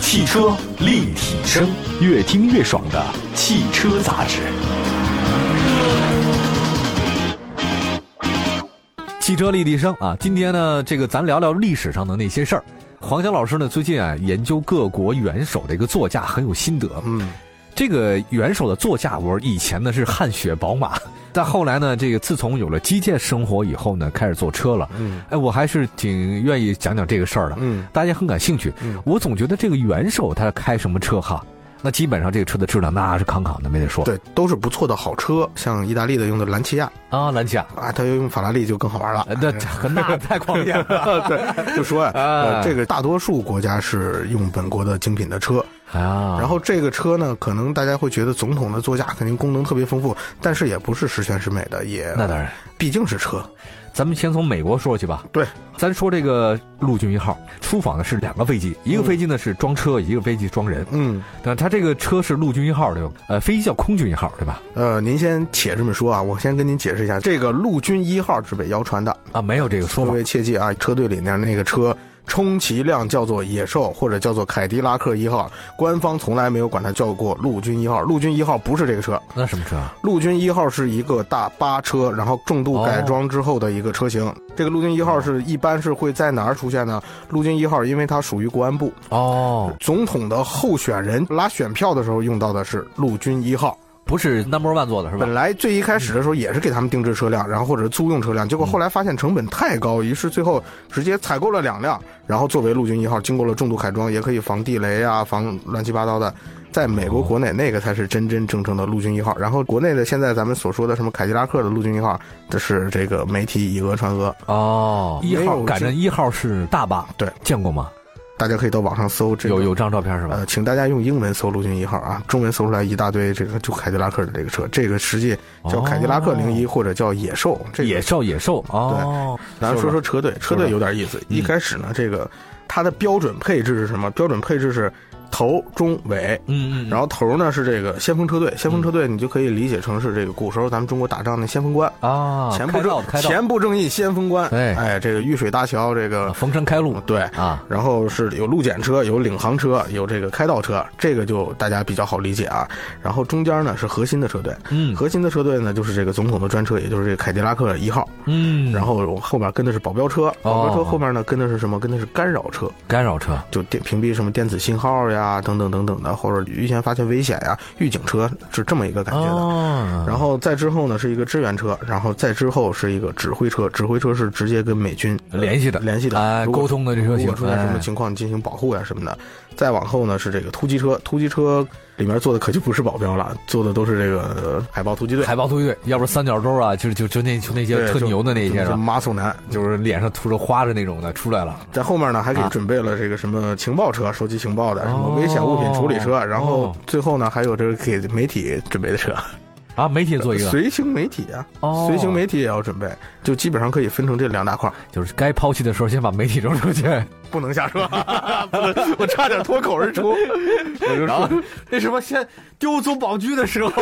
汽车立体声，越听越爽的汽车杂志。汽车立体声啊，今天呢，这个咱聊聊历史上的那些事儿。黄潇老师呢，最近啊，研究各国元首的一个座驾很有心得。嗯，这个元首的座驾，我以前呢是汗血宝马， 但后来呢，这个自从有了基建生活以后呢，开始坐车了。嗯，哎，我还是挺愿意讲讲这个事儿的。嗯，大家很感兴趣。嗯我总觉得这个元首他开什么车哈，那基本上这个车的质量那是康康的，没得说。对，都是不错的好车，像意大利的用的兰奇亚啊，兰奇亚，啊，他要用法拉利就更好玩了。呃那这 那太狂野了 啊对，就说 呀、哎呃，这个大多数国家是用本国的精品的车，啊！然后这个车呢，可能大家会觉得总统的座驾肯定功能特别丰富，但是也不是十全十美的，也那当然，毕竟是车。咱们先从美国说起吧。对，咱说这个陆军一号出访的是两个飞机，一个飞机呢是装车，一个飞机装人。嗯，那它这个车是陆军一号对吧？呃，飞机叫空军一号对吧？呃，您先且这么说啊，我先跟您解释一下，这个陆军一号是被谣传的，啊，没有这个说各法位切记啊，车队里面那个车。充其量叫做野兽，或者叫做凯迪拉克一号，官方从来没有管它叫过陆军一号。陆军一号不是这个车，那什么车啊？陆军一号是一个大巴车，然后重度改装之后的一个车型。这个陆军一号是一般是会在哪儿出现呢？陆军一号因为它属于国安部，哦，总统的候选人拉选票的时候用到的是陆军一号。不是 Number One 做的是吧本？来最一开始的时候也是给他们定制车辆，然后或者租用车辆，结果后来发现成本太高，于是最后直接采购了两辆，然后作为陆军一号，经过了重度改装，也可以防地雷啊，防乱七八糟的。在美国国内，那个才是真真正正的陆军一号。然后国内的现在咱们所说的什么凯迪拉克的陆军一号，这是这个媒体以讹传讹，哦，一没有号改成这一号是大巴，对，见过吗？大家可以到网上搜这个。有有张照片是吧？呃，请大家用英文搜陆军一号啊，中文搜出来一大堆这个就凯迪拉克的这个车，这个实际呃哦叫凯迪拉克零一或者叫野兽，这个野兽，野兽哦，咱说说车队，车队说有点意思。嗯一开始呢，这个它的标准配置是什么？标准配置是头、中、尾。嗯嗯，嗯然后头呢是这个先锋车队，先锋车队你就可以理解成是这个古时候咱们中国打仗的先锋官，后啊，前开不道正开道，前不正义先锋官，哎哎，这个遇水搭桥，这啊个逢山开路对，啊，然后是有路检车，有领航车，有这个开道车，这个就大家比较好理解啊。然后中间呢是核心的车队，嗯核心的车队呢就是这个总统的专车，也就是这个凯迪拉克一号，嗯，然后后面跟的是保镖车，保哦镖车后面呢跟的是什么？跟的是干扰车，干扰车就电屏蔽什么电子信号呀，等等等等的，或者预先发现危险呀，预警车是这么一个感觉的。哦，然后再之后呢是一个支援车，然后再之后是一个指挥车，指挥车是直接跟美军呃联系的联系的，哎如果沟通的这车如型哎果出现什么情况进行保护呀什么的。再往后呢是这个突击车，突击车里面坐的可就不是保镖了，坐的都是这个呃海豹突击队，海豹突击队，要不是三角洲啊，就就就那就那些对特就牛的那些就是吧？马索男，就是脸上涂着花的那种的出来了，在后面呢，还给啊准备了这个什么情报车，收集情报的，哦什么危险物品处理车，然哦后最后呢，还有这个给媒体准备的车，啊，媒体做一个，随行媒体啊，哦随行媒体也要准备，就基本上可以分成这两大块，就是该抛弃的时候先把媒体扔出去，不能瞎说， 不能，我差点脱口而出，我 就然后说。那什么先丢足保驹的时候，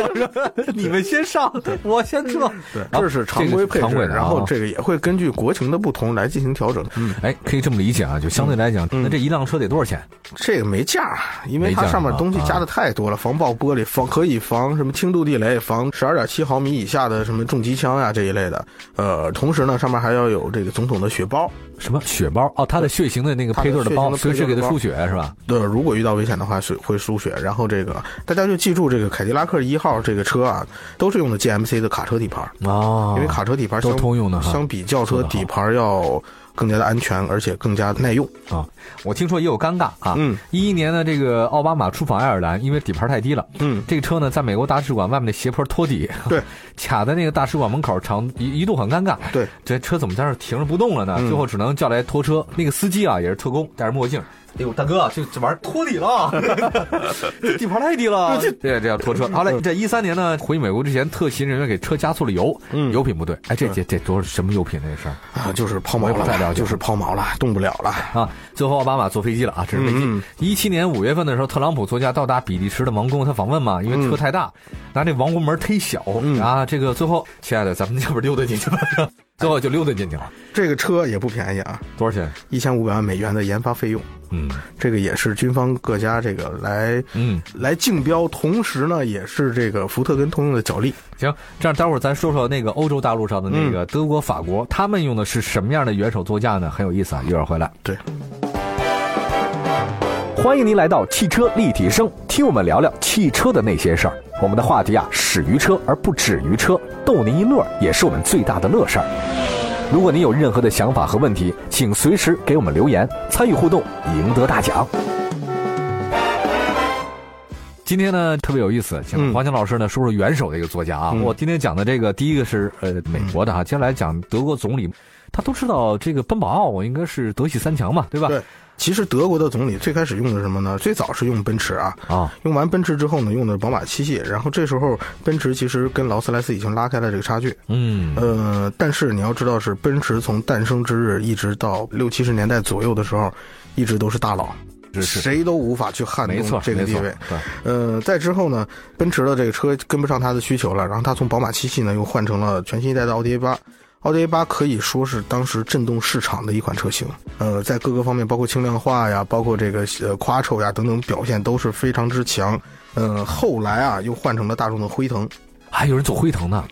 你们先上，我先撤。对，然后这是常规配这个是常置，规的啊然后这个也会根据国情的不同来进行调整。哎，可以这么理解啊，就相对来讲，嗯那这一辆车得多少钱？这个没价儿，因为没价它儿上面啊东西加的太多了，防爆玻璃，防可以防什么轻度地雷，防十二点七毫米以下的什么重机枪呀、这一类的。呃，同时呢，上面还要有这个总统的血包。什么血包？哦，它的血型的那个它的配对的血型包，的随时配对给的它包输血是吧？呃，如果遇到危险的话是会输血。然后这个大家就记住，这个凯迪拉克一号这个车啊，都是用的 GMC 的卡车底盘儿，哦，因为卡车底盘儿都相是通用的哈相比轿说得车好底盘儿要更加的安全，而且更加耐用。啊，我听说也有尴尬啊。嗯一一年呢，这个奥巴马出访爱尔兰，因为底盘太低了，嗯，这个车呢在美国大使馆外面的斜坡托底，对， 卡在那个大使馆门口，长一一度很尴尬。对，这车怎么在那儿停着不动了呢？嗯最后只能叫来拖车，那个司机啊也是特工，戴着墨镜。哎呦，大哥啊，这这玩意儿托底了 啊，这底盘太低 了，这这要拖车。好嗯嘞，这一三年呢，回美国之前，特勤人员给车加错了油，嗯油品不对。哎，这这这多什么油品那事儿？啊，就是抛我锚也不太了了，解就是抛锚了，动不了了。啊，最后奥巴马坐飞机了啊，这是飞嗯嗯机。一七、年五月份的时候，特朗普作家到达比利时的王宫，他访问嘛，因为车太大，拿这王宫门忒小、嗯啊。这个最后，亲爱的，咱们要不溜达进去吧？ 最后就溜达进去了。这个车也不便宜啊，多少钱？一千五百万美元的研发费用，嗯这个也是军方各家这个来嗯，来竞标，同时呢也是这个福特跟通用的角力。行，这样待会儿咱说说那个欧洲大陆上的那个德国、法国，他们用的是什么样的元首座驾呢？很有意思啊，一会儿回来。对，欢迎您来到汽车立体声，听我们聊聊汽车的那些事儿。我们的话题啊，始于车而不止于车，逗您一乐儿也是我们最大的乐事儿。如果您有任何的想法和问题，请随时给我们留言，参与互动，赢得大奖。今天呢特别有意思，请嗯黄强老师呢说说元首的一个座驾啊。嗯我今天讲的这个第一个是呃美国的哈，接下来讲德国总理，他都知道这个奔宝奥应该是德系三强嘛，对吧？对其实德国的总理最开始用的是什么呢？最早是用奔驰啊，啊，用完奔驰之后呢，用的是宝马七系。然后这时候奔驰其实跟劳斯莱斯已经拉开了这个差距。嗯呃，但是你要知道，是奔驰从诞生之日一直到六七十年代左右的时候，一直都是大佬，是是谁都无法去撼没动错，这个没地错，位。对呃，在之后呢，奔驰的这个车跟不上它的需求了，然后它从宝马七系呢又换成了全新一代的奥迪 A 八。奥迪 A 八可以说是当时震动市场的一款车型，呃，在各个方面，包括轻量化呀，包括这个呃 Quattro 呀等等表现都是非常之强。呃，后来啊又换成了大众的辉腾，还有人走辉腾呢，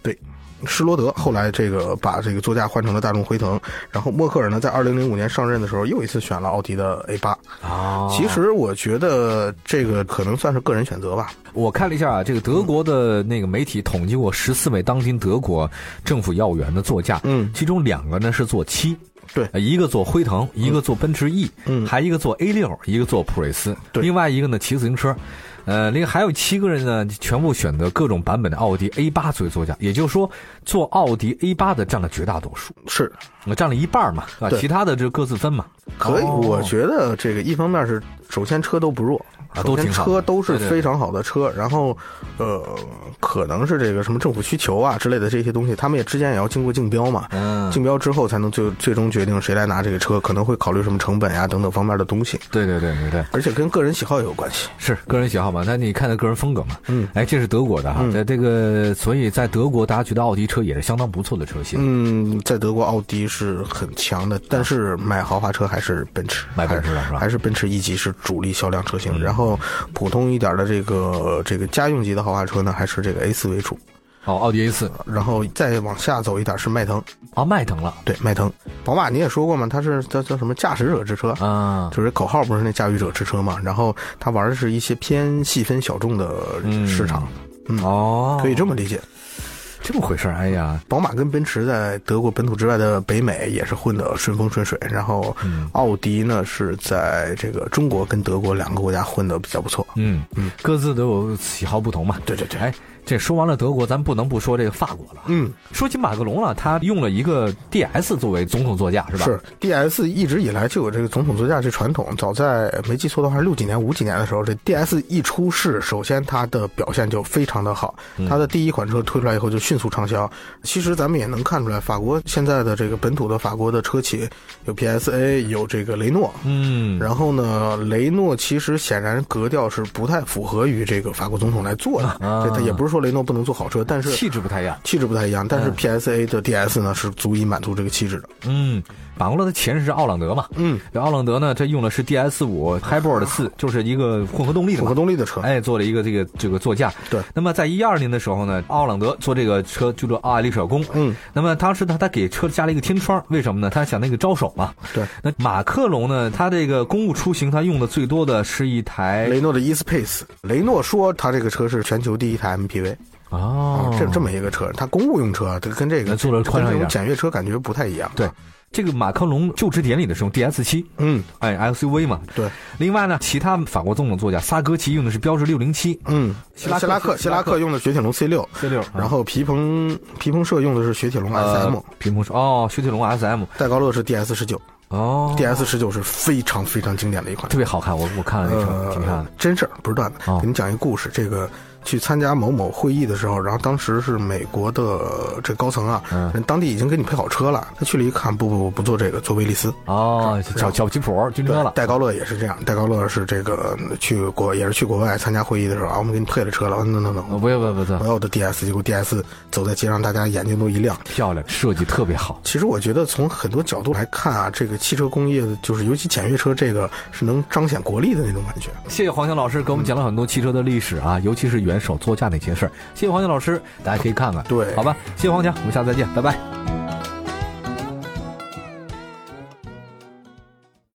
施罗德后来这个把这个座驾换成了大众辉腾，然后默克尔呢在二零零五年上任的时候又一次选了奥迪的 A 八。啊其实我觉得这个可能算是个人选择吧，我看了一下啊，这个德国的那个媒体统计过十四位当今德国政府要务员的座驾，嗯其中两个呢是坐七，对呃一个坐辉腾，一个坐奔驰 E，嗯还一个坐 A 六，一个坐普锐斯，对另外一个呢骑自行车，呃，另还有七个人呢全部选择各种版本的奥迪 A 八作为座驾，也就是说，坐奥迪 A 八的占了绝大多数，是呃占了一半嘛，啊，对其他的就各自分嘛，可以，哦我觉得这个一方面是，首先车都不弱，啊都首先挺好车都是对对对非常好的车，然后，呃，可能是这个什么政府需求啊之类的这些东西，他们也之间也要经过竞标嘛，嗯，竞标之后才能最最终决定谁来拿这个车，可能会考虑什么成本呀、啊等等方面的东西，对对对对对。而且跟个人喜好也有关系。是个人喜好嘛？那你看他个人风格嘛？嗯，哎，这是德国的哈，嗯在这个，所以在德国，大家觉得奥迪车也是相当不错的车型。嗯，在德国奥迪是很强的，但是买豪华车还是奔驰，买奔驰的是吧嗯还是奔驰 E 级是主力销量车型，然后普通一点的这个这个家用级的豪华车呢，还是这个 A 四为主。哦，奥迪 A 四然后再往下走一点是迈腾，啊，迈腾了对，迈腾。宝马你也说过嘛，它是叫叫什么驾驶者之车，啊，就是口号不是那驾驭者之车嘛。然后它玩的是一些偏细分小众的嗯市场，哦，可以这么理解。这么回事儿。哎呀，宝马跟奔驰在德国本土之外的北美也是混得顺风顺水，然后嗯奥迪呢是在这个中国跟德国两个国家混得比较不错。嗯嗯，各自都有喜好不同嘛。对对对，哎，这说完了德国，咱不能不说这个法国了。嗯，说起马克龙了，他用了一个 DS 作为总统座驾是吧？是 DS 一直以来就有这个总统座驾这传统，早在没记错的话是六几年、五几年的时候，这 DS 一出世，首先它的表现就非常的好，嗯它的第一款车推出来以后就迅速畅销。其实咱们也能看出来，法国现在的这个本土的法国的车企有 PSA，有这个雷诺。嗯，然后呢，雷诺其实显然格调是不太符合于这个法国总统来做的。啊这它也不是说雷诺不能做好车，但是气质不太一样。气质不太一样。但是嗯 PSA 的 DS 呢是足以满足这个气质的。嗯，法国的前身是奥朗德嘛，嗯，这奥朗德呢，这用的是 DS 五 Hybrid 四，就是一个混合动力的混嘛合。动力的车。哎，做了一个这个这个座驾。对那么在一二年的时候呢，奥朗德做这个车就做奥艾丽舍宫。嗯，那么当时他他给车加了一个天窗，为什么呢？他想那个招手嘛。对。那马克龙呢，他这个公务出行，他用的最多的是一台雷诺的 eSpace，雷诺说他这个车是全球第一台 MPV 啊、哦这这么一个车，它公务用车，它跟这那个做了宽敞跟这一种点检阅车感觉不太一样。啊对，这个马克龙就职典礼的时候 DS 七，嗯，哎 SUV 嘛。对，另外呢，其他法国总统座驾萨格奇用的是标致六零七嗯，希拉克克希希拉拉克克用的雪铁龙 C 六， C 六，然后皮蓬皮蓬社用的是雪铁龙 SM，、呃，屏幕是哦，雪铁龙 SM 戴高乐是 DS 十九哦，DS 十九是非常非常经典的一款啊特。别好看，我我看了那车，挺好看呃的。，真事儿不是段子哦，给你讲一个故事。这个去参加某某会议的时候，然后当时是美国的这高层啊，嗯人当地已经给你配好车了，他去了一看，不不不，不做这个，做威利斯。哦，小小吉普军车对，了，戴高乐也是这样，戴高乐是这个呃去国也是去国外参加会议的时候啊，我们给你配了车了，嗯等等呃等，不要不要不我要，要我的 DS，结果 DS 走在街上，大家眼睛都一亮。漂亮，设计特别好。其实我觉得从很多角度来看啊，这个汽车工业就是尤其检阅车这个是能彰显国力的那种感觉。谢谢黄强老师给我们讲了很多汽车的历史啊，尤其是元首座驾那些事儿。谢谢黄强老师，大家可以看看。对好吧，谢谢黄强，我们下次再见，拜拜。